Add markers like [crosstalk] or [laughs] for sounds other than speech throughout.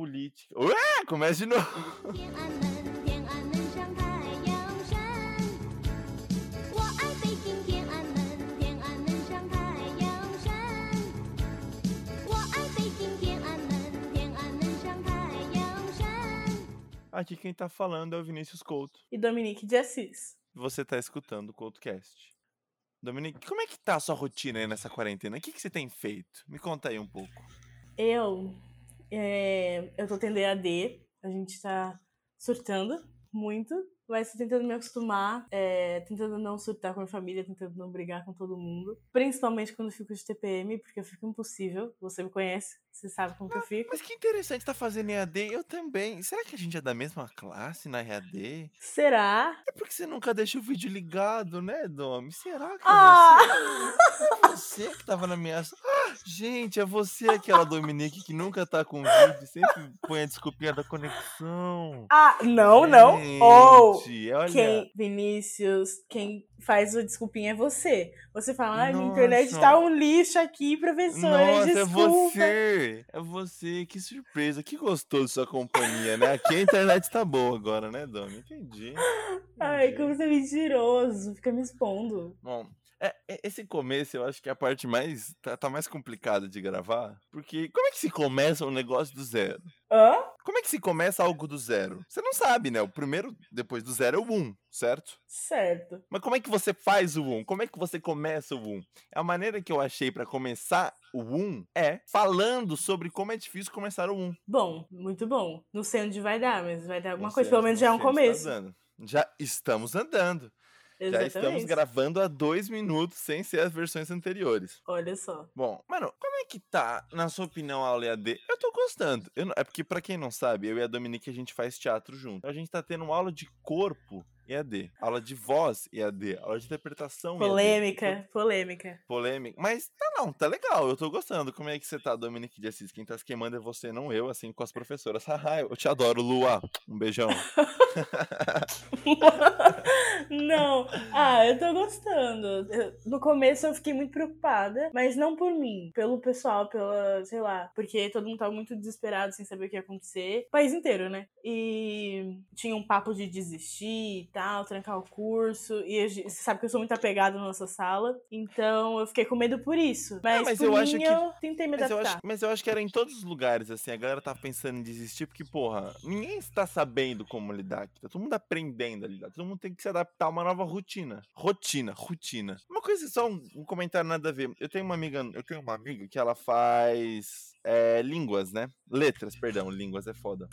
política. Ué, começa de novo. 天安门，天安门上太阳升。我爱北京天安门，天安门上太阳升。我爱北京天安门，天安门上太阳升。 [laughs] Aqui quem tá falando é o Vinícius Couto. E Dominique de Assis. Você tá escutando o CoutoCast. Dominique, como é que tá a sua rotina aí nessa quarentena? O que, que você tem feito? Me conta aí um pouco. Eu, é, eu tô tendo EAD, a gente tá surtando muito, mas tô tentando me acostumar, é, tentando não surtar com a família, tentando não brigar com todo mundo. Principalmente quando eu fico de TPM, porque eu fico impossível. Você me conhece, você sabe como que eu fico. Mas que interessante, tá fazendo EAD? Eu também. Será que a gente é da mesma classe na EAD? Será? É porque você nunca deixa o vídeo ligado, né, Domi? Será que é Ah! você? É você que tava na minha... Ah, gente, é você aquela Dominique que nunca tá com vídeo, sempre põe a desculpinha da conexão. Ah, não, não. Ou. Gente, olha... Quem, Vinícius, quem faz o desculpinha é você. Você fala, ai, minha Nossa. internet tá um lixo aqui, professora, Nossa, desculpa. é você! É você, que surpresa, que gostoso sua companhia, né? Aqui a internet tá boa agora, né, Domi? Entendi. Ai, entendi. como você é mentiroso, fica me expondo. Bom, é- é- esse começo eu acho que é a parte mais. Tá, tá mais complicada de gravar. Porque como é que se começa um negócio do zero? Hã? Como é que se começa algo do zero? Você não sabe, né? O primeiro depois do zero é o um, certo? Certo. Mas como é que você faz o um? Como é que você começa o um? A maneira que eu achei pra começar o um é falando sobre como é difícil começar o um. Bom, muito bom. Não sei onde vai dar, mas vai dar alguma Não coisa. sei, Pelo menos não já é um sei onde começo. tá dando. Já estamos andando. Exatamente. Já estamos gravando há dois minutos sem ser as versões anteriores. Olha só. Bom, mano, como é que tá, na sua opinião, a aula EAD? Eu tô gostando. Eu não- é porque, pra quem não sabe, eu e a Dominique, a gente faz teatro junto. A gente tá tendo uma aula de corpo EAD, aula de voz EAD, aula de interpretação EAD. Polêmica, polêmica. Polêmica. Mas tá não, tá legal, eu tô gostando. Como é que você tá, Dominique de Assis? Quem tá se queimando é você, não eu, assim, com as professoras. [laughs] Haha, eu te adoro, Lua. Um beijão. não, ah, eu tô gostando. Eu- no começo eu fiquei muito preocupada, mas não por mim, pelo pessoal, pela, sei lá, porque todo mundo tava muito desesperado sem saber o que ia acontecer. O país inteiro, né? E tinha um papo de desistir e tal, trancar o curso. E a gente- você sabe que eu sou muito apegada na nossa sala, então eu fiquei com medo por isso. Mas, Ah, mas por eu mim, acho que- eu tentei me Mas eu, adaptar. acho, mas eu acho que era em todos os lugares, assim, a galera tá pensando em desistir, porque, porra, ninguém está sabendo como lidar aqui. Tá todo mundo aprendendo a lidar. Todo mundo tem que se adaptar a uma nova rotina. Rotina, rotina. Uma coisa, só um, um comentário nada a ver. Eu tenho uma amiga, eu tenho uma amiga que ela faz é, línguas, né? Letras, perdão, línguas é foda.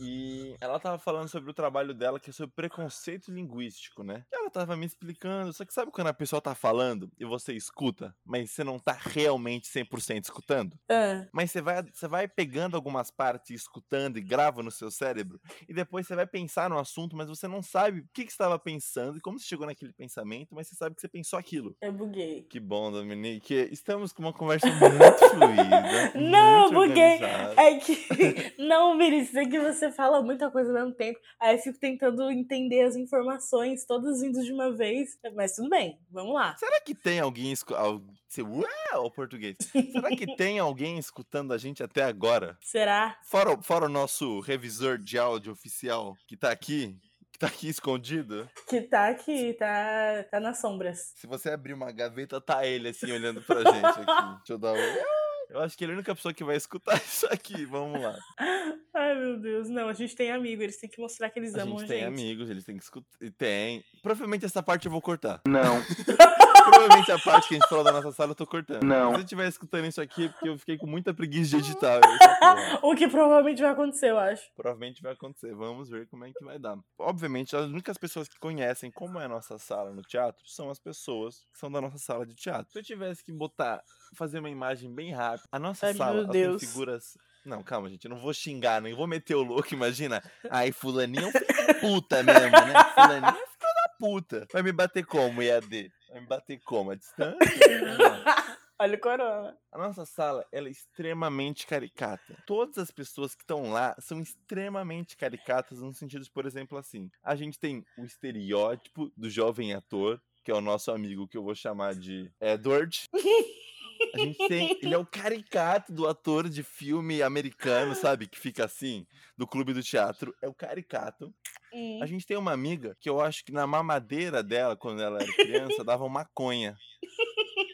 E ela tava falando sobre o trabalho dela, que é sobre preconceito linguístico, né? E ela tava me explicando, só que sabe quando a pessoa tá falando e você escuta, mas você não tá realmente 100% escutando? Ah, Mas você vai, você vai pegando algumas partes, e escutando e grava no seu cérebro, e depois você vai pensar no assunto, mas você não sabe o que, que você estava pensando e como você chegou naquele pensamento, mas você sabe que você pensou aquilo. eu buguei. Que bom, Dominique. Estamos com uma conversa muito fluida. Não, muito buguei. organizada. É que. [laughs] Não, Vinícius, é que você fala muita coisa ao mesmo tempo. Aí eu fico tentando entender as informações, todas vindo de uma vez. Mas tudo bem, vamos lá. Será que tem alguém escutando. Uau, o português. Será que tem alguém escutando a gente até agora? Será? Fora, o- fora o nosso revisor de áudio oficial que tá aqui, que tá aqui escondido. Que tá aqui, tá, tá nas sombras. Se você abrir uma gaveta, tá ele assim olhando pra gente aqui. Deixa eu dar um. Eu acho que ele é a única pessoa que vai escutar [laughs] isso aqui. Vamos lá. Ai, meu Deus. Não, a gente tem amigo, eles têm que mostrar que eles A amam gente tem a gente. amigos, eles têm que escutar. e Tem. Provavelmente essa parte eu vou cortar. Não. [laughs] Provavelmente a parte que a gente falou da nossa sala eu tô cortando. Não. Se eu estiver escutando isso aqui, é porque eu fiquei com muita preguiça de editar. essa porra. O que provavelmente vai acontecer, eu acho. Provavelmente vai acontecer. Vamos ver como é que vai dar. Obviamente, as únicas pessoas que conhecem como é a nossa sala no teatro são as pessoas que são da nossa sala de teatro. Se eu tivesse que botar, fazer uma imagem bem rápida, a nossa Ai, sala meu ela tem Deus. figuras. Não, calma, gente, eu não vou xingar, nem vou meter o louco, imagina. Ai, fulaninho é um filho da puta mesmo, né? Fulaninho é filho da puta. Vai me bater como, IAD? Vai me bater como? A distância? Não. Olha o corona. A nossa sala, ela é extremamente caricata. Todas as pessoas que estão lá são extremamente caricatas, no sentido de, por exemplo, assim, a gente tem o estereótipo do jovem ator, que é o nosso amigo que eu vou chamar de Edward. A gente tem. Ele é o caricato do ator de filme americano, sabe? Que fica assim, do clube do teatro. É o caricato. Hum. A gente tem uma amiga que eu acho que na mamadeira dela, quando ela era criança, davam maconha.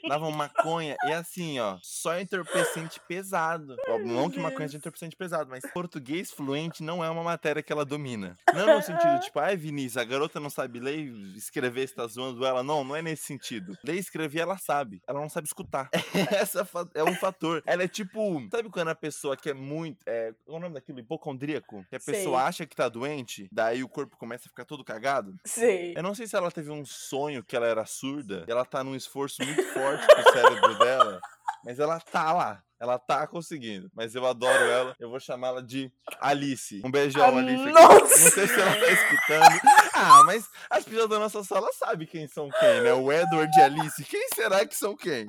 Davam maconha e assim, ó, só entorpecente pesado. Ó, não que maconha seja entorpecente pesado, mas português fluente não é uma matéria que ela domina. Não no sentido, tipo, ai, Vinícius, a garota não sabe ler e escrever, você tá zoando ela. Não, não é nesse sentido. Ler e escrever, ela sabe. Ela não sabe escutar. [laughs] Essa fa- é um fator. Ela é tipo, sabe quando a pessoa que é muito. É, qual é o nome daquilo? Hipocondríaco? Que a Sei. pessoa acha que tá doente, daí o corpo começa a ficar todo cagado. Sei. Eu não sei se ela teve um sonho que ela era surda, e ela tá num esforço muito forte pro cérebro dela, mas ela tá lá. Ela tá conseguindo. Mas eu adoro ela. Eu vou chamá-la de Alice. Um beijão, Ah, Alice. aqui. nossa! Não sei se ela tá escutando. Ah, mas as pessoas da nossa sala sabem quem são quem, né? O Edward e a Alice. Quem será que são quem?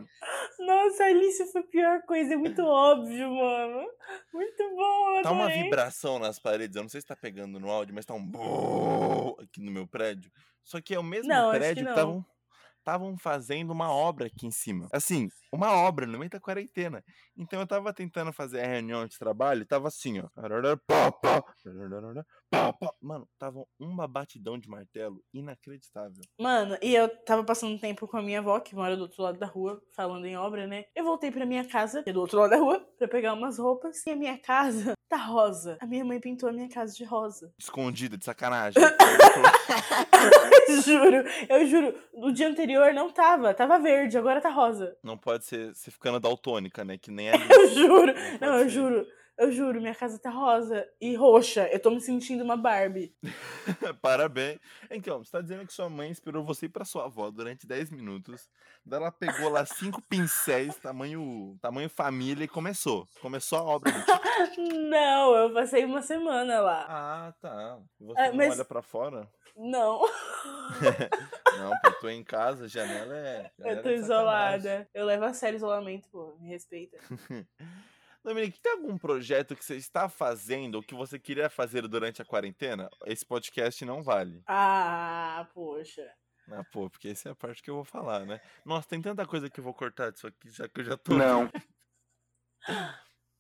Nossa, Alice foi a pior coisa, é muito óbvio, mano. Muito bom, Tá uma adorei. vibração nas paredes. Eu não sei se tá pegando no áudio, mas tá um brrrr aqui no meu prédio. Só que é o mesmo Não, acho que prédio que não. estavam estavam fazendo uma obra aqui em cima. Assim, uma obra no meio da quarentena. Então eu tava tentando fazer a reunião de trabalho, e tava assim, ó. Arará, pá, pá, arará, pá, pá. Mano, tava uma batidão de martelo inacreditável. Mano, e eu tava passando um tempo com a minha avó, que mora do outro lado da rua, falando em obra, né? Eu voltei pra minha casa, que é do outro lado da rua, pra pegar umas roupas. E a minha casa [laughs] tá rosa. A minha mãe pintou a minha casa de rosa. [laughs] Escondida, de sacanagem. Ela falou, juro, eu juro. No dia anterior não tava, tava verde, agora tá rosa. [laughs] Não pode ser, ser ficando daltônica, né? Que nem a Alice. Eu juro. Não Não, pode eu ser. juro. Eu juro, minha casa tá rosa e roxa. Eu tô me sentindo uma Barbie. [laughs] [laughs] Parabéns. Então, você tá dizendo que sua mãe esperou você ir pra sua avó durante 10 minutos. Daí ela pegou lá cinco pincéis, tamanho, tamanho família, e começou. Começou a obra. tipo. gente. Não, eu passei uma semana lá. Ah, tá. E Você É, não mas- olha pra fora? Não. [laughs] Não, pô, eu tô em casa, a janela é. janela [laughs] Eu tô é de sacanagem. isolada. Eu levo a sério isolamento, pô. Me respeita. Dominique, tem algum projeto que você está fazendo ou que você queria fazer durante a quarentena? Esse podcast não vale. Ah, poxa. Ah, pô, porque essa é a parte que eu vou falar, né? Nossa, tem tanta coisa que eu vou cortar disso aqui, já que eu já tô.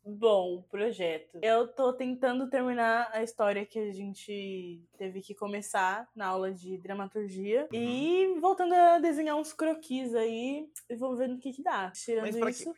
Bom, projeto. Eu tô tentando terminar a história que a gente teve que começar na aula de dramaturgia. Uhum. E voltando a desenhar uns croquis aí e vou ver no que que dá. Tirando Mas pra que- isso.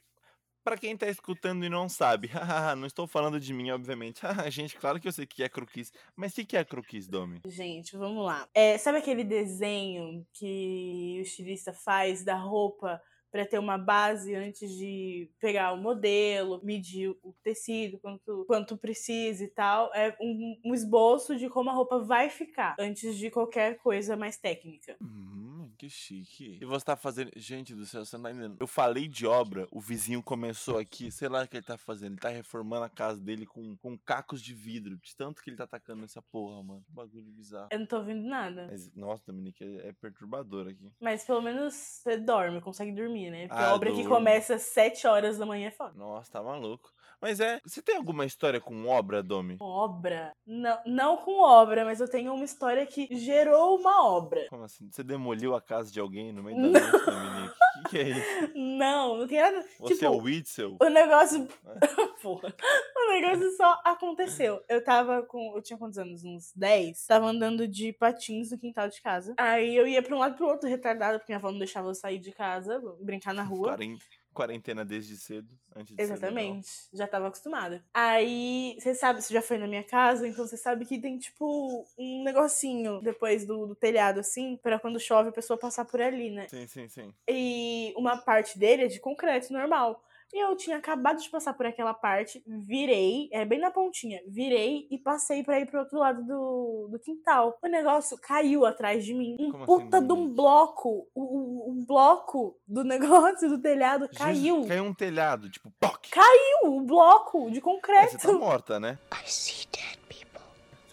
Pra quem tá escutando e não sabe, [laughs] hahaha, não estou falando de mim, obviamente. [laughs] Haha, gente, claro que eu sei que é croquis. Mas o que, que é croquis, Domi? Gente, vamos lá. É, sabe aquele desenho que o estilista faz da roupa pra ter uma base antes de pegar o modelo, medir o tecido, quanto, quanto precisa e tal? É um, um esboço de como a roupa vai ficar antes de qualquer coisa mais técnica. Hum, que chique. E você tá fazendo. Gente do céu, você não tá entendendo. Eu falei de obra, o vizinho começou aqui, sei lá o que ele tá fazendo. Ele tá reformando a casa dele com, com cacos de vidro, de tanto que ele tá atacando essa porra, mano. Que bagulho bizarro. Eu não tô ouvindo nada. Mas, nossa, Dominique, é, é perturbador aqui. Mas pelo menos você dorme, consegue dormir, né? Porque Ah, a obra que durmo. começa às 7 horas da manhã é foda. Nossa, tá maluco. Mas é. Você tem alguma história com obra, Domi? Com Obra? Não, não com obra, mas eu tenho uma história que gerou uma obra. Como assim? Você demoliu a casa de alguém no meio Não. da noite, [laughs] Dominique? O que, que é isso? Não, não tem nada. Você tipo, é o Witzel? o negócio. [laughs] Porra. O negócio só aconteceu. Eu tava com. Eu tinha quantos anos? Uns 10. Tava andando de patins no quintal de casa. Aí eu ia pra um lado e pro outro, retardada, porque minha avó não deixava eu sair de casa, brincar na rua. Quaren- Quarentena desde cedo, antes de ser legal. Exatamente, já tava acostumada. Aí, você sabe, você já foi na minha casa, então você sabe que tem tipo um negocinho depois do, do telhado, assim, pra quando chove a pessoa passar por ali, né? Sim, sim, sim. E uma parte dele é de concreto, normal. E eu tinha acabado de passar por aquela parte, virei, é bem na pontinha, virei e passei pra ir pro outro lado do, do quintal. O negócio caiu atrás de mim. Um Como assim, puta de um Dominique? bloco, o, o- o bloco do [laughs] negócio, do telhado, Jesus, caiu. Caiu um telhado, tipo, POC! Caiu o bloco de É, Você concreto. tá morta, né? I see dead people.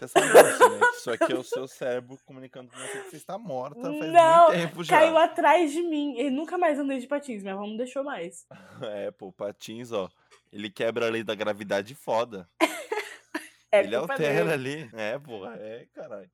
Você sabe disso, [laughs] né? Que Isso aqui é o seu cérebro comunicando com você que você está morta tá faz Não, muito tempo já. Caiu atrás de mim. E nunca mais andei de patins, minha avó não deixou mais. É, pô, o Patins, ó. Ele quebra a lei da gravidade foda. É ele culpa altera dele. ali. É, porra. É, caralho.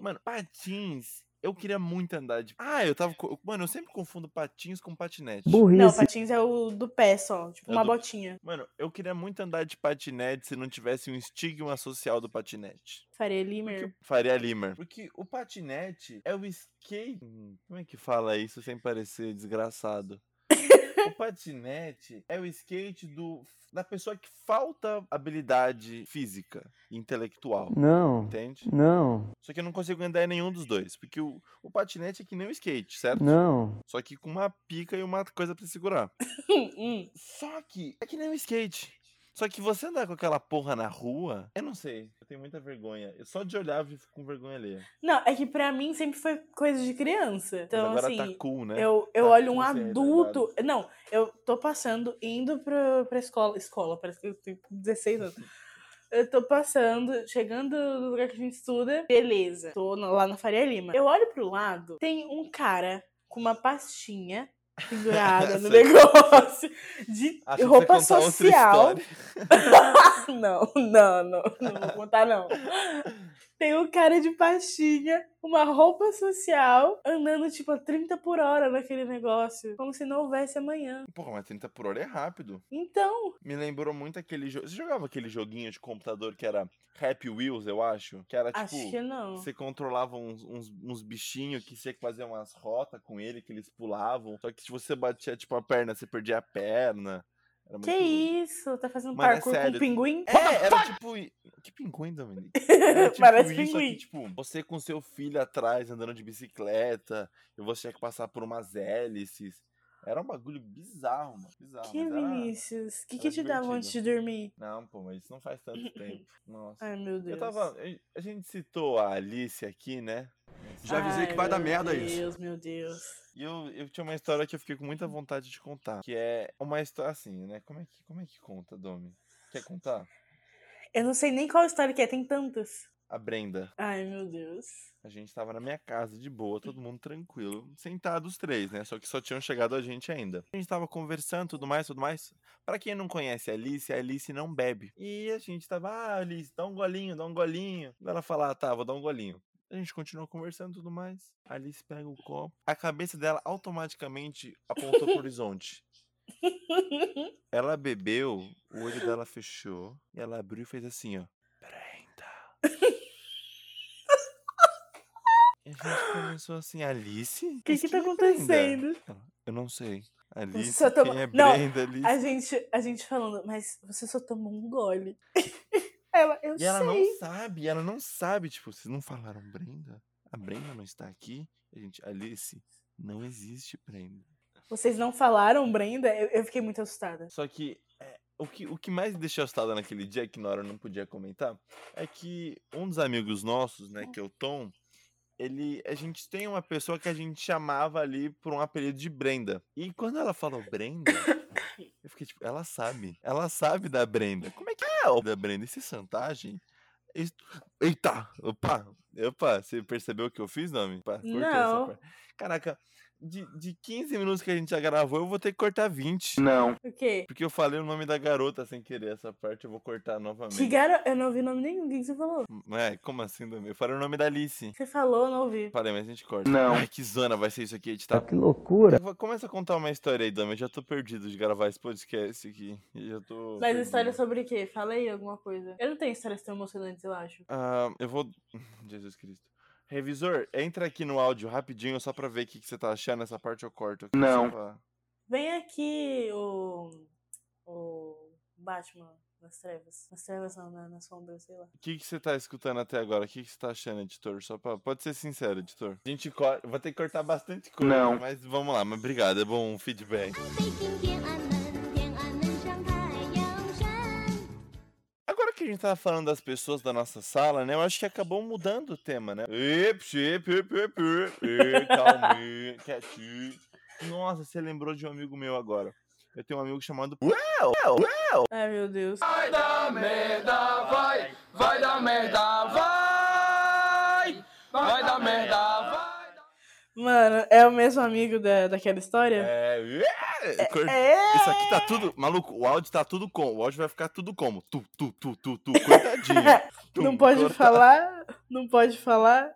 Mano, patins Eu queria muito andar de. Ah, eu tava. co- Mano, eu sempre confundo patins com patinete. Não, Burrice. patins é o do pé só, tipo É uma do- botinha. Mano, eu queria muito andar de patinete se não tivesse um estigma social do patinete. Faria Porque Limer. o- Faria Limer. Porque o patinete é o skate. Hum, Como é que fala isso sem parecer [laughs] desgraçado? o patinete é o skate do, da pessoa que falta habilidade física e intelectual. Não, Entende? não, Só que eu não consigo andar em nenhum dos dois. Porque o, o patinete é que nem o skate, certo? não. Só que com uma pica e uma coisa pra segurar. Hum, hum. Só que é que nem um skate. Só que você andar com aquela porra na rua, eu não sei. Eu tenho muita vergonha. Eu só de olhar eu fico com vergonha alheia. Não, é que pra mim sempre foi coisa de criança. Então, Mas agora assim, tá cool, né? eu, eu Tá olho um cool ser adulto. Não, eu tô passando, indo pra, pra escola. Escola, parece que eu tenho 16 [laughs] anos. Eu tô passando, chegando no lugar que a gente estuda, beleza. Tô na- lá na Faria Lima. Eu olho pro lado, tem um cara com uma pastinha [laughs] pendurada no Sei. negócio de Acho que você roupa ia contar outra social. história. [laughs] não, não, não, não vou contar não. Tem um cara de pastinha, uma roupa social, andando tipo a 30 por hora naquele negócio, como se não houvesse amanhã. Porra, mas 30 por hora é rápido. Então, Me lembrou muito aquele jogo. Você jogava aquele joguinho de computador que era Happy Wheels, eu acho? Que era tipo. acho que não. Você controlava uns, uns, uns bichinhos que tinha que fazer umas rotas com ele, que eles pulavam. Só que se você batia, tipo, a perna, você perdia a perna. Era Que é muito louco. isso? Tá fazendo Mano, é parkour com sério. pinguim? É, era tipo. i- Que pinguim, Dominique? [laughs] Era tipo Parece isso pinguim. aqui, tipo, você com seu filho atrás andando de bicicleta, e você tinha que passar por umas hélices. Era um bagulho bizarro, mano. Bizarro. que mas era- Vinícius? O que, era que te dava divertido. antes de dormir? Não, pô, mas isso não faz [laughs] tanto tempo. Nossa. Ai, meu Deus. Eu tava. eu- A gente citou a Alice aqui, né? Já avisei que vai dar merda meu isso. Meu Deus, meu Deus. E eu, eu tinha uma história que eu fiquei com muita vontade de contar. Que é uma história assim, né? Como é que, como é que conta, Domi? Quer contar? Eu não sei nem qual história que é, tem tantas. A Brenda. Ai, meu Deus. A gente tava na minha casa de boa, todo mundo tranquilo, sentados os três, né? Só que só tinham chegado a gente ainda. A gente tava conversando, tudo mais, tudo mais. Pra quem não conhece a Alice, a Alice não bebe. E a gente tava, ah, Alice, dá um golinho, dá um golinho. Ela fala, ah, tá, vou dar um golinho. A gente continuou conversando e tudo mais. A Alice pega o copo. A cabeça dela automaticamente apontou pro [laughs] horizonte. Ela bebeu, o olho dela fechou. E ela abriu e fez assim, ó. Brenda. [laughs] E a gente começou assim, Alice? O que Mas que tá quem é Brenda?" acontecendo? Ela, Eu não sei. Alice, só toma- quem é Não, Brenda, Alice? A gente, a gente falando, mas você só tomou um gole. [laughs] Ela, eu E ela sei. não sabe, ela não sabe. Tipo, vocês não falaram Brenda? A Brenda não está aqui? E a gente, Alice, não existe Brenda. Vocês não falaram, Brenda? Eu, eu fiquei muito assustada. Só que é, o, que o que mais me deixou assustado naquele dia, que na hora eu não podia comentar, é que um dos amigos nossos, né, que é o Tom, ele, a gente tem uma pessoa que a gente chamava ali por um apelido de Brenda. E quando ela falou Brenda, eu fiquei tipo, ela sabe. Ela sabe da Brenda. Como é que é o da Brenda? Isso é chantagem? Isso- Eita! Opa! Opa, você percebeu o que eu fiz, Nome? Opa, cortou essa Não. parte. Caraca, de, de 15 minutos que a gente já gravou, eu vou ter que cortar 20. Não. O quê? Porque eu falei o nome da garota sem querer, essa parte eu vou cortar novamente. Que garo... Eu não ouvi nome nenhum. O que que você falou? Hum, É, como assim, Domi? Eu falei o nome da Alice. Você falou, eu não ouvi. Falei, mas a gente corta. Não. Ai, que zona vai ser isso aqui, Ah, editar. que loucura. Então, Começa a contar uma história aí, Domi. Eu já tô perdido de gravar esse podcast aqui. Eu já tô. Mas perdido. história sobre o quê? Fala aí alguma coisa. Eu não tenho histórias tão emocionantes, eu acho. Ah, eu vou. Jesus Cristo. Revisor, entra aqui no áudio rapidinho só pra ver o que, que você tá achando. Essa parte eu corto. aqui, só Não. pra- Vem aqui o. O. Batman nas trevas. Nas trevas não, na, na sombra, sei lá. O que, que você tá escutando até agora? O que, que você tá achando, editor? Só pra... Pode ser sincero, editor. A gente corta. Vou ter que cortar bastante coisa. Não. Mas vamos lá, mas obrigado. É bom o feedback. 飞进天安门，天安门上太阳升。 Agora que a gente tava falando das pessoas da nossa sala, né? Eu acho que acabou mudando o tema, né? Ep, ep, ep, ep, ep, e, calme, quietinho. Nossa, você lembrou de um amigo meu agora. Eu tenho um amigo chamado. Ai, meu Deus. Vai dar merda, vai. Vai dar merda, vai. Vai dar merda, vai. Mano, é o mesmo amigo da, daquela história? É. e, cor- É. Isso aqui tá tudo. Maluco, o áudio tá tudo como? O áudio vai ficar tudo como? Tu, [laughs] tu, tu, tu, tu. Coitadinho. Não Tum, pode corta- falar, não pode falar.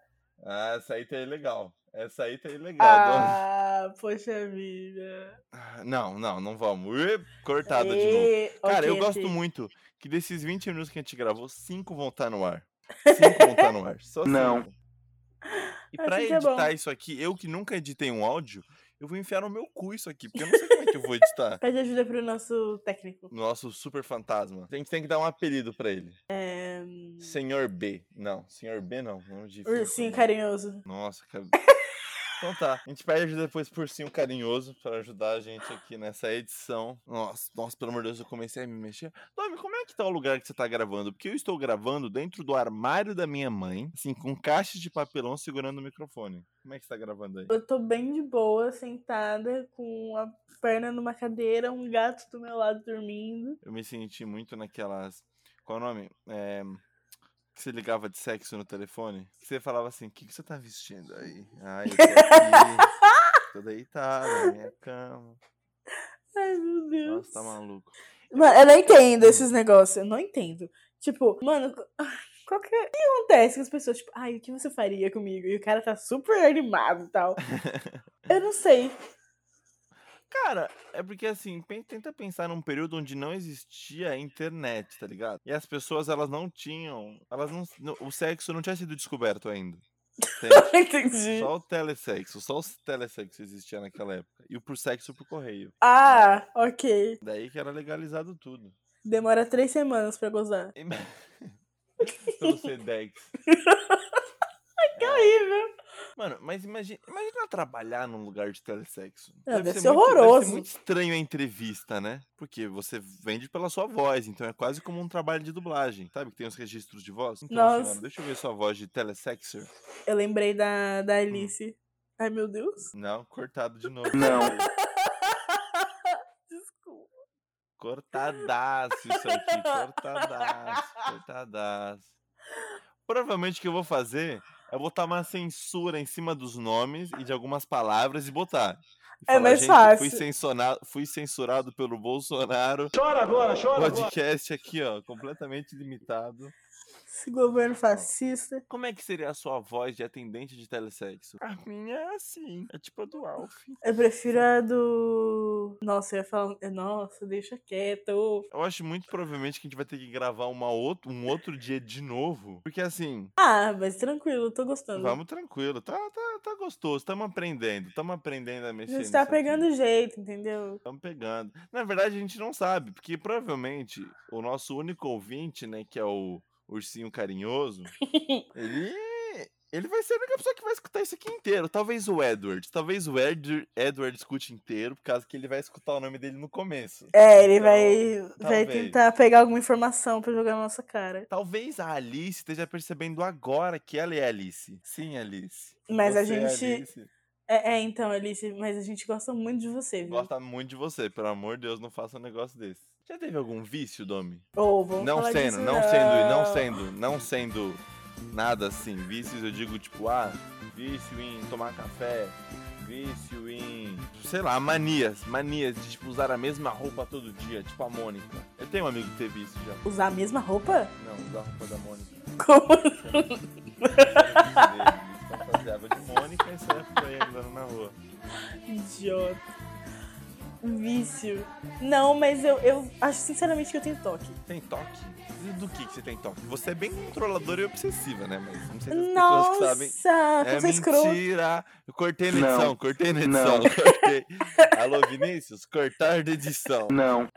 Ah, essa aí tá legal. Essa aí tá legal. Ah, poxa vida. Dona- [laughs] Não, não, não vamos. Ui, Cortada de novo. E- Cara, ok, eu gosto ok. muito que desses 20 minutos que a gente gravou, 5 vão estar no ar. 5 vão estar no ar. [laughs] Só Não. cinco. E pra Assim que é bom. editar isso aqui, eu que nunca editei um áudio, eu vou enfiar no meu cu isso aqui, porque eu não sei como é que eu vou editar. Pede ajuda pro nosso técnico. Nosso super fantasma. A gente tem que dar um apelido pra ele. É... Senhor B. Não, senhor B não. Nome de Ursinho filho. carinhoso. Nossa, cara. Então tá, a gente pede ajuda depois por sim carinhoso pra ajudar a gente aqui nessa edição. Nossa, nossa, pelo amor de Deus, eu comecei a me mexer. Domi, como é que tá o lugar que você tá gravando? Porque eu estou gravando dentro do armário da minha mãe, assim, com caixas de papelão segurando o microfone. Como é que você tá gravando aí? Eu tô bem de boa, sentada, com a perna numa cadeira, um gato do meu lado dormindo. Eu me senti muito naquelas. Qual é o nome? É. Que você ligava de sexo no telefone? Que você falava assim, o que, que você tá vestindo aí? Ai, eu tô aqui, tô deitada na minha cama. Ai, meu Deus. Nossa, tá maluco. Mano, eu não entendo esses negócios. Eu não entendo. Tipo, mano, qual que, é- o que acontece com as pessoas? Tipo, ai, o que você faria comigo? E o cara tá super animado e [laughs] tal. eu não sei. Cara, é porque assim, pen- tenta pensar num período onde não existia a internet, tá ligado? E as pessoas, elas não tinham. Elas não. não- O sexo não tinha sido descoberto ainda. entende? [laughs] Entendi. Só o telesexo, só o telesexo existia naquela época. E o por sexo por correio. Ah, ok. Daí que era legalizado tudo. Demora três semanas pra gozar. E- Pelo Sedex. Que horrível. Mano, mas imagina, imagina trabalhar num lugar de telesexo. Não, É, deve ser muito, Deve horroroso. ser muito estranho a entrevista, né? Porque você vende pela sua voz, então é quase como um trabalho de dublagem, sabe? Que tem os registros de voz. Então, Nossa. senhora, deixa eu ver sua voz de telesexer. Eu lembrei da, da Alice. Ai, meu Deus. Não, cortado de novo. Não. Desculpa. Cortadaço isso aqui, cortadaço, cortadaço. Provavelmente o que eu vou fazer é botar uma censura em cima dos nomes e de algumas palavras e botar. E É mais "Gente, Fui fácil." censurado, fui censurado pelo Bolsonaro. Chora agora, chora Podcast aqui, ó, completamente limitado. Esse governo fascista. Como é que seria a sua voz de atendente de telesexo? A minha é assim, é tipo a do Alf. Eu prefiro a do. Nossa, eu ia falar. Nossa, deixa quieto. Eu acho muito provavelmente que a gente vai ter que gravar uma outro, um outro dia de novo. Porque assim, Ah, mas tranquilo, eu tô gostando. Vamos tranquilo, tá, tá, tá gostoso, estamos aprendendo, estamos aprendendo a mexer. A gente tá pegando jeito, entendeu? Estamos pegando. Na verdade, a gente não sabe, porque provavelmente o nosso único ouvinte, né, que é o ursinho [laughs] carinhoso, ele, ele vai ser a única pessoa que vai escutar isso aqui inteiro. Talvez o Edward, talvez o Ed, Edward escute inteiro, por causa que ele vai escutar o nome dele no começo. É, ele Então, vai, vai talvez. tentar pegar alguma informação pra jogar na nossa cara. Talvez a Alice esteja percebendo agora que ela é Alice. Sim, Alice. Mas a Você é gente- Alice. É, é, então, Alice, mas a gente gosta muito de você, viu? Gosta muito de você, pelo amor de Deus, não faça um negócio desse. Já teve algum vício, Domi? Ou vamos Não falar sendo, disso, Ah. não sendo, não sendo, não sendo nada assim. Vícios eu digo tipo, ah, vício em tomar café, vício em, sei lá, manias, manias de tipo usar a mesma roupa todo dia, tipo a Mônica. Eu tenho um amigo que teve isso já. Usar a mesma roupa? [laughs] Não, usar a roupa da Mônica. Como? Ele fantasiava de Mônica e saia por aí andando na rua. Idiota. Vício. Não, mas eu, eu acho sinceramente que eu tenho toque. Tem toque? E do que, que você tem toque? Você é bem controladora e obsessiva, né? Mas não sei se as pessoas que Nossa, sabem. como você é é escroto. mentira! Eu cortei na Não. edição, cortei na edição, Não. cortei. Alô, Vinícius, cortar da edição. Não.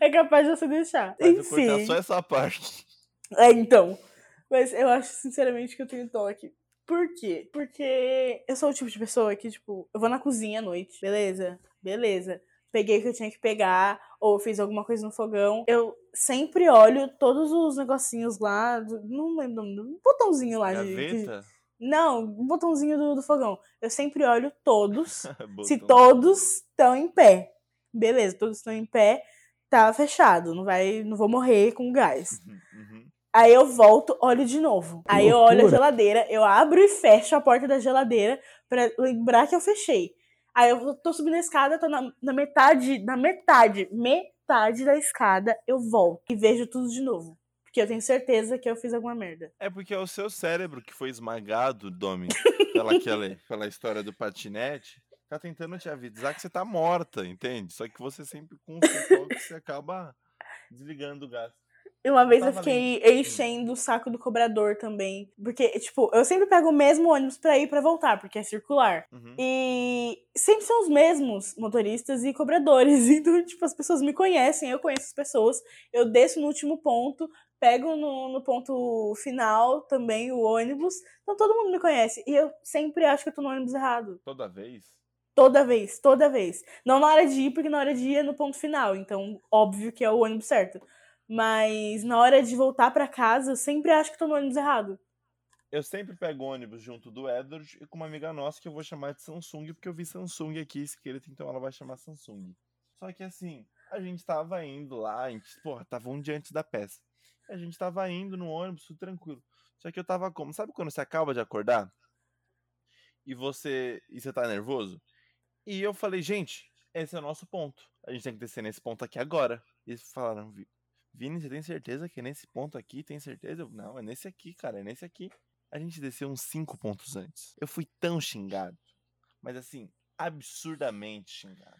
É capaz de você deixar. Mas eu cortar Enfim. só essa parte. É, então. Mas eu acho, sinceramente, que eu tenho toque. Por quê? Porque eu sou o tipo de pessoa que, tipo, eu vou na cozinha à noite, beleza? Beleza. Peguei o que eu tinha que pegar, ou fiz alguma coisa no fogão. Eu sempre olho todos os negocinhos lá, do- não lembro, o nome, um botãozinho lá de. que- Gaveta? Não, um botãozinho do, do fogão. Eu sempre olho todos se [laughs] Botão. todos estão em pé. Beleza, todos estão em pé, tá fechado, não vai, não vou morrer com gás. Uhum, uhum. Aí eu volto, olho de novo. Aí eu olho a geladeira, eu abro e fecho a porta da geladeira pra lembrar que eu fechei. Aí eu tô subindo a escada, tô na, na metade, na metade, metade da escada, eu volto e vejo tudo de novo. Porque que eu tenho certeza que eu fiz alguma merda. É porque é o seu cérebro que foi esmagado, [laughs] Domi, pela, aquela, pela história do patinete. Tá tentando te avisar que você tá morta, entende? Só que você sempre com o foco você acaba desligando o gás. E uma vez eu Tava fiquei lendo. enchendo o saco do cobrador também. Porque, tipo, eu sempre pego o mesmo ônibus pra ir e pra voltar, porque é circular. Uhum. E sempre são os mesmos motoristas e cobradores. [laughs] Então, tipo, as pessoas me conhecem, eu conheço as pessoas. Eu desço no último ponto, pego no, no ponto final também o ônibus. Então todo mundo me conhece. E eu sempre acho que eu tô no ônibus errado. Toda vez. Toda vez, toda vez. Não na hora de ir, porque na hora de ir é no ponto final. Então, óbvio que é o ônibus certo. Mas na hora de voltar pra casa, eu sempre acho que tô no ônibus errado. Eu sempre pego ônibus junto do Edward e com uma amiga nossa que eu vou chamar de Samsung, porque eu vi Samsung aqui escrito, então ela vai chamar Samsung. Só que assim, a gente tava indo lá, a gente, porra, tava um dia antes da peça. A gente tava indo no ônibus, tudo tranquilo. Só que eu tava como? Sabe quando você acaba de acordar? E você. E você tá nervoso? E eu falei, gente, esse é o nosso ponto. A gente tem que descer nesse ponto aqui agora. E eles falaram, "Vi- Vini, você tem certeza que é nesse ponto aqui? Tem certeza? Eu, não, é nesse aqui, cara, é nesse aqui. A gente desceu uns cinco pontos antes. Eu fui tão xingado. Mas assim, absurdamente xingado.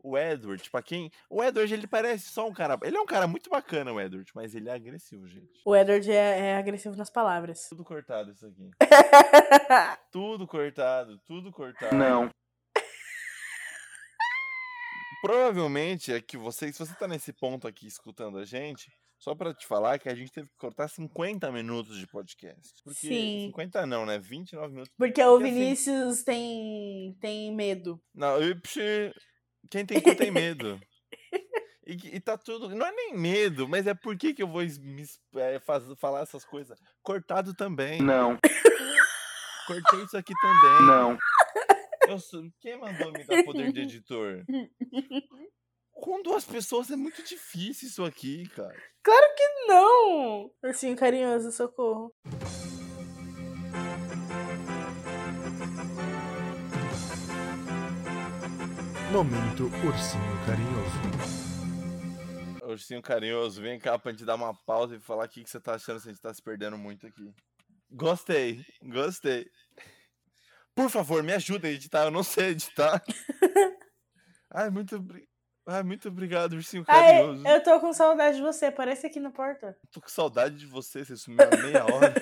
O Edward, pra quem. O Edward, ele parece só um cara. Ele é um cara muito bacana, o Edward, mas ele é agressivo, gente. O Edward é, é agressivo nas palavras. Tudo cortado isso aqui. Tudo cortado, tudo cortado. Não. Provavelmente é que você, se você tá nesse ponto aqui escutando a gente, só pra te falar que a gente teve que cortar 50 minutos de podcast. Porque Sim. 50 não, né? 29 minutos. Porque E o assim- Vinícius tem, tem medo. Não, ipsi, quem tem cu tem medo. E, que- e tá tudo. Não é nem medo, mas é por que que eu vou es- me es- é, faz- falar essas coisas? Cortado também. Não. Cortei isso aqui também. Não. Eu sou... Quem mandou me dar poder [laughs] de editor? Com duas pessoas é muito difícil isso aqui, cara. Não! Ursinho carinhoso, socorro. Momento Ursinho Carinhoso. Ursinho carinhoso, vem cá pra gente dar uma pausa e falar o que, que você tá achando se a gente tá se perdendo muito aqui. Gostei, gostei. Por favor, me ajuda a editar, eu não sei [laughs] editar. Ai, muito, obri- Ai, muito obrigado, ursinho Ai, carinhoso. Ah, é, eu tô com saudade de você, aparece aqui na porta. Tô com saudade de você, você sumiu há meia hora.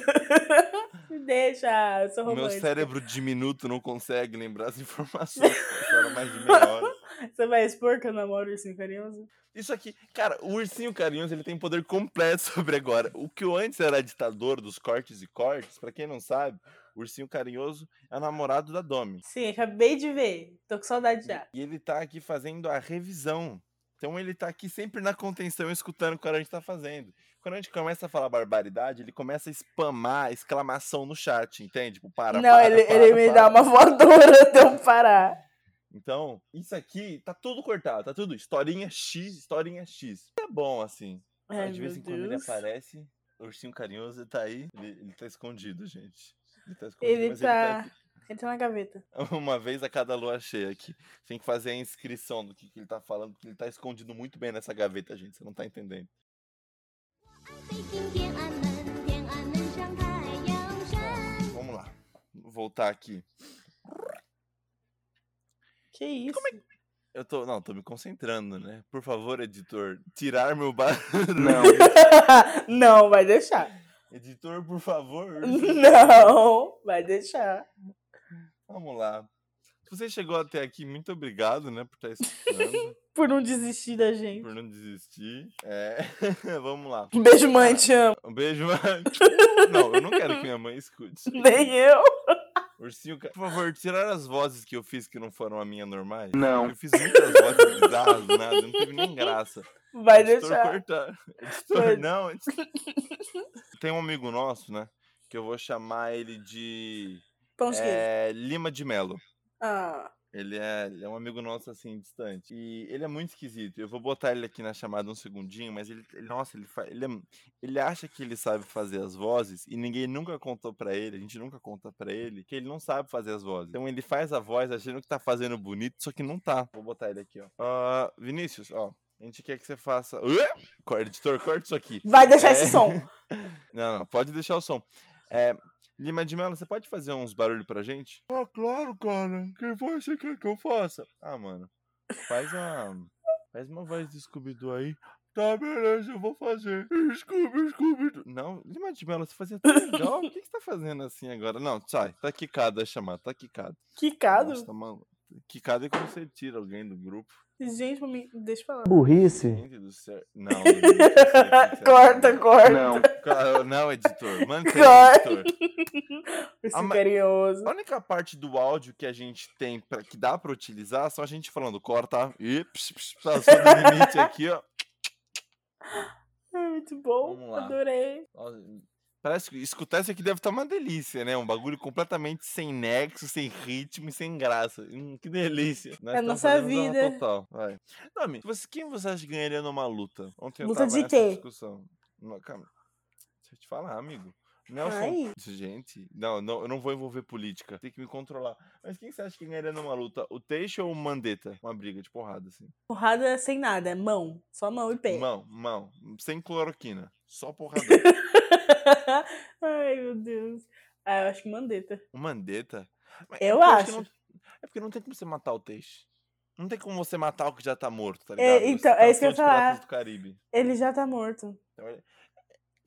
Me deixa, [laughs] eu sou Meu romântica. cérebro diminuto não consegue lembrar as informações. [laughs] Passaram mais de meia hora. Você vai expor que eu namoro ursinho carinhoso? Isso aqui, cara, o ursinho carinhoso ele tem poder completo [laughs] sobre agora. O que o antes era ditador dos cortes e cortes, pra quem não sabe, o ursinho carinhoso é o namorado da Domi. Sim, acabei de ver. Tô com saudade já. E ele tá aqui fazendo a revisão. Então ele tá aqui sempre na contenção, escutando o que a gente tá fazendo. Quando a gente começa a falar barbaridade, ele começa a spamar exclamação no chat, entende? Tipo, para, Não, para, ele, para, ele me para. dá uma voadora [laughs] até eu parar. Então, isso aqui tá tudo cortado, tá tudo. Historinha X, historinha X. É bom, assim. Ai, Aí, de vez meu em quando ele Deus. aparece, o ursinho carinhoso tá aí. Ele, ele tá escondido, gente. Ele tá escondido, Ele mas tá... ele Ele tá na gaveta. tá aqui. [laughs] Uma vez a cada lua cheia aqui. Você Tem que fazer a inscrição do que, que ele tá falando, porque ele tá escondido muito bem nessa gaveta, gente. Você não tá entendendo. 北京天安门，天安门上太阳升。 Vamos lá. Vou voltar aqui. Que isso? é Eu tô. Não, tô me concentrando, né? Por favor, editor, tirar meu [laughs] barulho. Não. [laughs] Não, vai deixar. Editor, por [laughs] favor. Não, vai deixar. Vamos lá. Se você chegou até aqui, muito obrigado, né, por estar escutando, [laughs] Por não desistir da gente. por não desistir. É, [laughs] vamos lá. Um beijo, mãe, te amo. [laughs] Um beijo, mãe. Não, eu não quero que minha mãe escute. isso. Nem eu. Ursinho, ca- por favor, tirar as vozes que eu fiz que não foram a minha normais. Não. Eu fiz muitas vozes bizarras, do nada, não teve nem graça. Vai Editor, deixar. corta. Vai. Editor, [laughs] não. editor. Tem um amigo nosso, né, que eu vou chamar ele de Pão de queijo. é, Lima de Melo. Ah, Ele é, ele é um amigo nosso, assim, distante. E ele é muito esquisito. Eu vou botar ele aqui na chamada um segundinho, mas ele, ele- nossa, ele, fa- ele, é- ele acha que ele sabe fazer as vozes e ninguém nunca contou pra ele, a gente nunca conta pra ele, que ele não sabe fazer as vozes. Então ele faz a voz achando que tá fazendo bonito, só que não tá. Vou botar ele aqui, ó. Ah, Vinícius, ó, a gente quer que você faça... Ué? Co- Editor, corta isso aqui. vai deixar É. esse som. Não, não, pode deixar o som. É, Lima de Melo, você pode fazer uns barulhos pra gente? Ah, claro, cara. Que voz você quer que eu faça? Ah, mano. Faz uma. Faz uma voz de Scooby-Doo aí. Tá, beleza, eu vou fazer. Scooby, Scooby-Doo. Não, Lima de Melo, você fazia tão legal. O que, que você tá fazendo assim agora? Não, sai. Tá quicado a chamada, tá quicado. [laughs] Quicado? Nossa, tá maluco. Quicado é quando você tira alguém do grupo. Gente, me... deixa eu falar. Burrice. Gente do céu. Não. Edu, tem que ser, tem que ser. [laughs] corta, corta. Não, ca- não, editor. Mantém, Corta. editor. Esse Ah, mas- carinhoso. A única parte do áudio que a gente tem pra, que dá pra utilizar são a gente falando corta e ps, ps, ps, passou do limite aqui, ó. Ai, É muito bom. Ah, Vamos lá. Adorei. Nossa, Parece que escutar isso aqui deve estar uma delícia, né? Um bagulho completamente sem nexo, sem ritmo e sem graça. Hum, que delícia. [laughs] Nós É estamos nossa fazendo zorra vida. Total. Vai. Nami, você, quem você acha que ganharia numa luta? Ontem eu Luta tava de nessa quê? discussão. Não, calma. Deixa eu te falar, amigo. Nelson, Ai. Gente, não, não, eu não vou envolver política. Tem que me controlar. Mas quem você acha que ganharia numa luta? O Teixeira ou o Mandetta? Uma briga de porrada, assim. Porrada sem nada. é Mão. Só mão e pé. Mão, mão. Sem cloroquina. Só porrada. [laughs] Ai, meu Deus. Ah, eu acho que mandeta. o Mandetta? Mas Eu porque que acho. não- é porque não tem como você matar o Teixeira. Não tem como você matar o que já tá morto, tá ligado? É, então, é isso que eu ia Os Piratas falar. do Caribe. Ele já tá morto. Então, ele-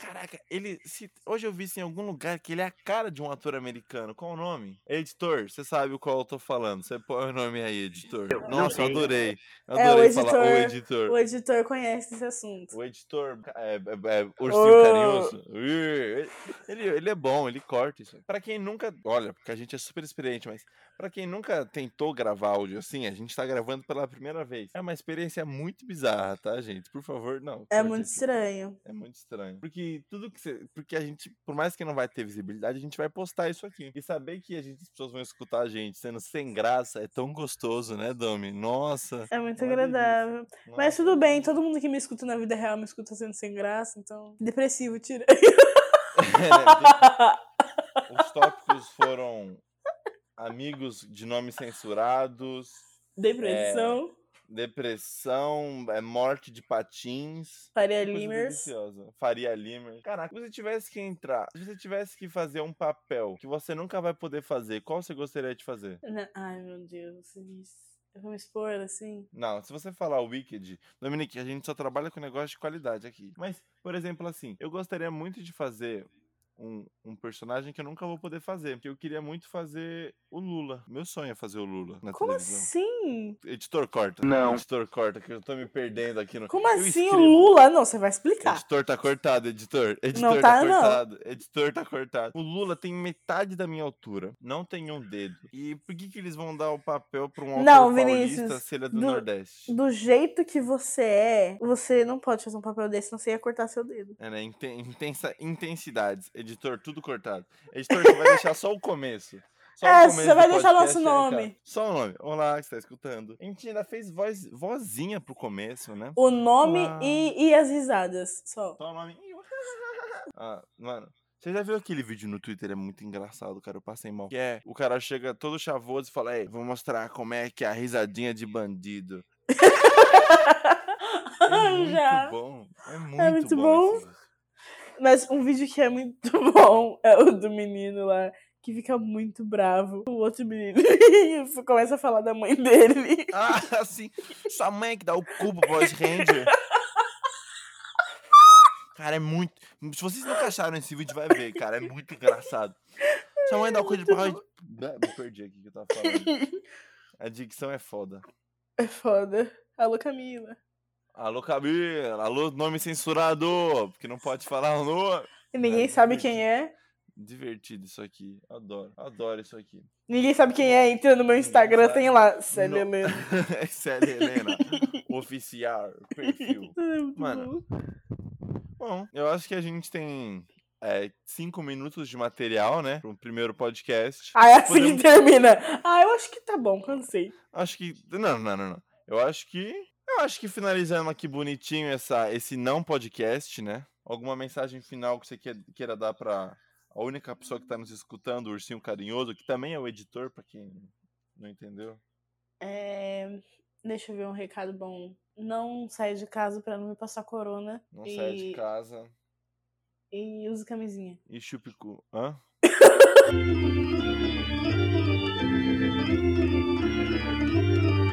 Caraca, ele. se- Hoje eu vi isso em algum lugar que ele é a cara de um ator americano. Qual o nome? Editor, você sabe o qual eu tô falando. Você põe o nome aí, editor. Nossa, eu adorei. Eu É, o Adorei falar o editor- editor. O editor conhece esse assunto. O editor é, é, é, ursinho Ô. carinhoso. Ui, Ele, ele é bom, ele corta isso. Pra quem nunca. Olha, porque a gente é super experiente, mas pra quem nunca tentou gravar áudio assim, a gente tá gravando pela primeira vez. É uma experiência muito bizarra, tá, gente? Por favor, não. É curte muito isso. estranho. É muito estranho. Porque tudo que você. Porque a gente, por mais que não vai ter visibilidade, a gente vai postar isso aqui. E saber que a gente, as pessoas vão escutar a gente sendo sem graça é tão gostoso, né, Domi? Nossa. É muito Uma delícia. agradável. Mas nossa. [laughs] tudo bem, todo mundo que me escuta na vida real me escuta sendo sem graça, então. Depressivo, tira. [laughs] É, Os tópicos foram amigos de nomes censurados, Depressão. É. depressão, é, morte de patins. Faria coisa Limers. deliciosa. Faria Limer. Caraca, se você tivesse que entrar, se você tivesse que fazer um papel que você nunca vai poder fazer, qual você gostaria de fazer? Na- Ai, meu Deus. isso- Eu vou me expor assim. Não, se você falar Wicked, Dominique, a gente só trabalha com negócio de qualidade aqui. Mas, por exemplo, assim, eu gostaria muito de fazer um, um personagem que eu nunca vou poder fazer, porque eu queria muito fazer o Lula. Meu sonho é fazer o Lula na Como televisão. assim? Editor, corta. Não. Editor, corta, que eu tô me perdendo aqui no. Como Eu assim o escrevo. Lula? Não, você vai explicar. Editor tá cortado, editor. Editor Não tá, tá, não. cortado. Editor tá cortado. O Lula tem metade da minha altura. Não tem um dedo. E por que que eles vão dar o papel pra um autor Não, paulista Vinícius, se ele é do, do- Nordeste? Do jeito que você é, você não pode fazer um papel desse, senão você ia cortar seu dedo. É, né? Inten- intensa, intensidades. Editor, tudo cortado. Editor, você vai deixar só o começo. Só o É, começo você vai do deixar podcast, nosso aí, cara. nome. Só o nome. Olá, que você tá escutando. A gente ainda fez voz, vozinha pro começo, né? O nome Uau. e, e as risadas, só. Só o nome. [laughs] Ah, mano. Você já viu aquele vídeo no Twitter? É muito engraçado, cara. Eu passei mal. Que é, o cara chega todo chavoso e fala, Ei, vou mostrar como é que é a risadinha de bandido. É muito [laughs] Já. bom. É muito, muito bom. bom. esse vídeo. Mas um vídeo que é muito [laughs] bom é o do menino lá, que fica muito bravo. O outro menino [laughs] começa a falar da mãe dele. [laughs] Ah, [laughs] assim, sua mãe que dá o cu pro Boys Ranger. Cara, é muito. Se vocês nunca acharam esse vídeo, vai ver, cara. É muito engraçado. Sua mãe dá o cu de Boys. Né, Me perdi aqui que eu tava falando. [laughs] A dicção é foda. É foda. Alô, Camila. Alô, Camila. Alô, nome censurado. Porque não pode falar o nome. E ninguém É, sabe divertido. quem é. Divertido isso aqui. Adoro. Adoro isso aqui. [laughs] Ninguém sabe quem é. Entra no meu Instagram, sabe. tem lá. é Célia No- [laughs] Helena. Célia É Helena. Oficial. Perfil. Mano, Mano. Bom, eu acho que a gente tem é, cinco minutos de material, né? Pro primeiro podcast. Ah, é assim podemos- que termina. Ah, eu acho que tá bom, cansei. Acho que. Não, não, não, não. Eu acho que. Eu acho que finalizando aqui bonitinho essa, esse não podcast, né? Alguma mensagem final que você que- queira dar pra a única pessoa que tá nos escutando, o Ursinho Carinhoso, que também é o editor, pra quem não entendeu. É, Deixa eu ver um recado bom. Não saia de casa pra não me passar corona. Não e... saia de casa. e uso camisinha. E chupicu. Hã?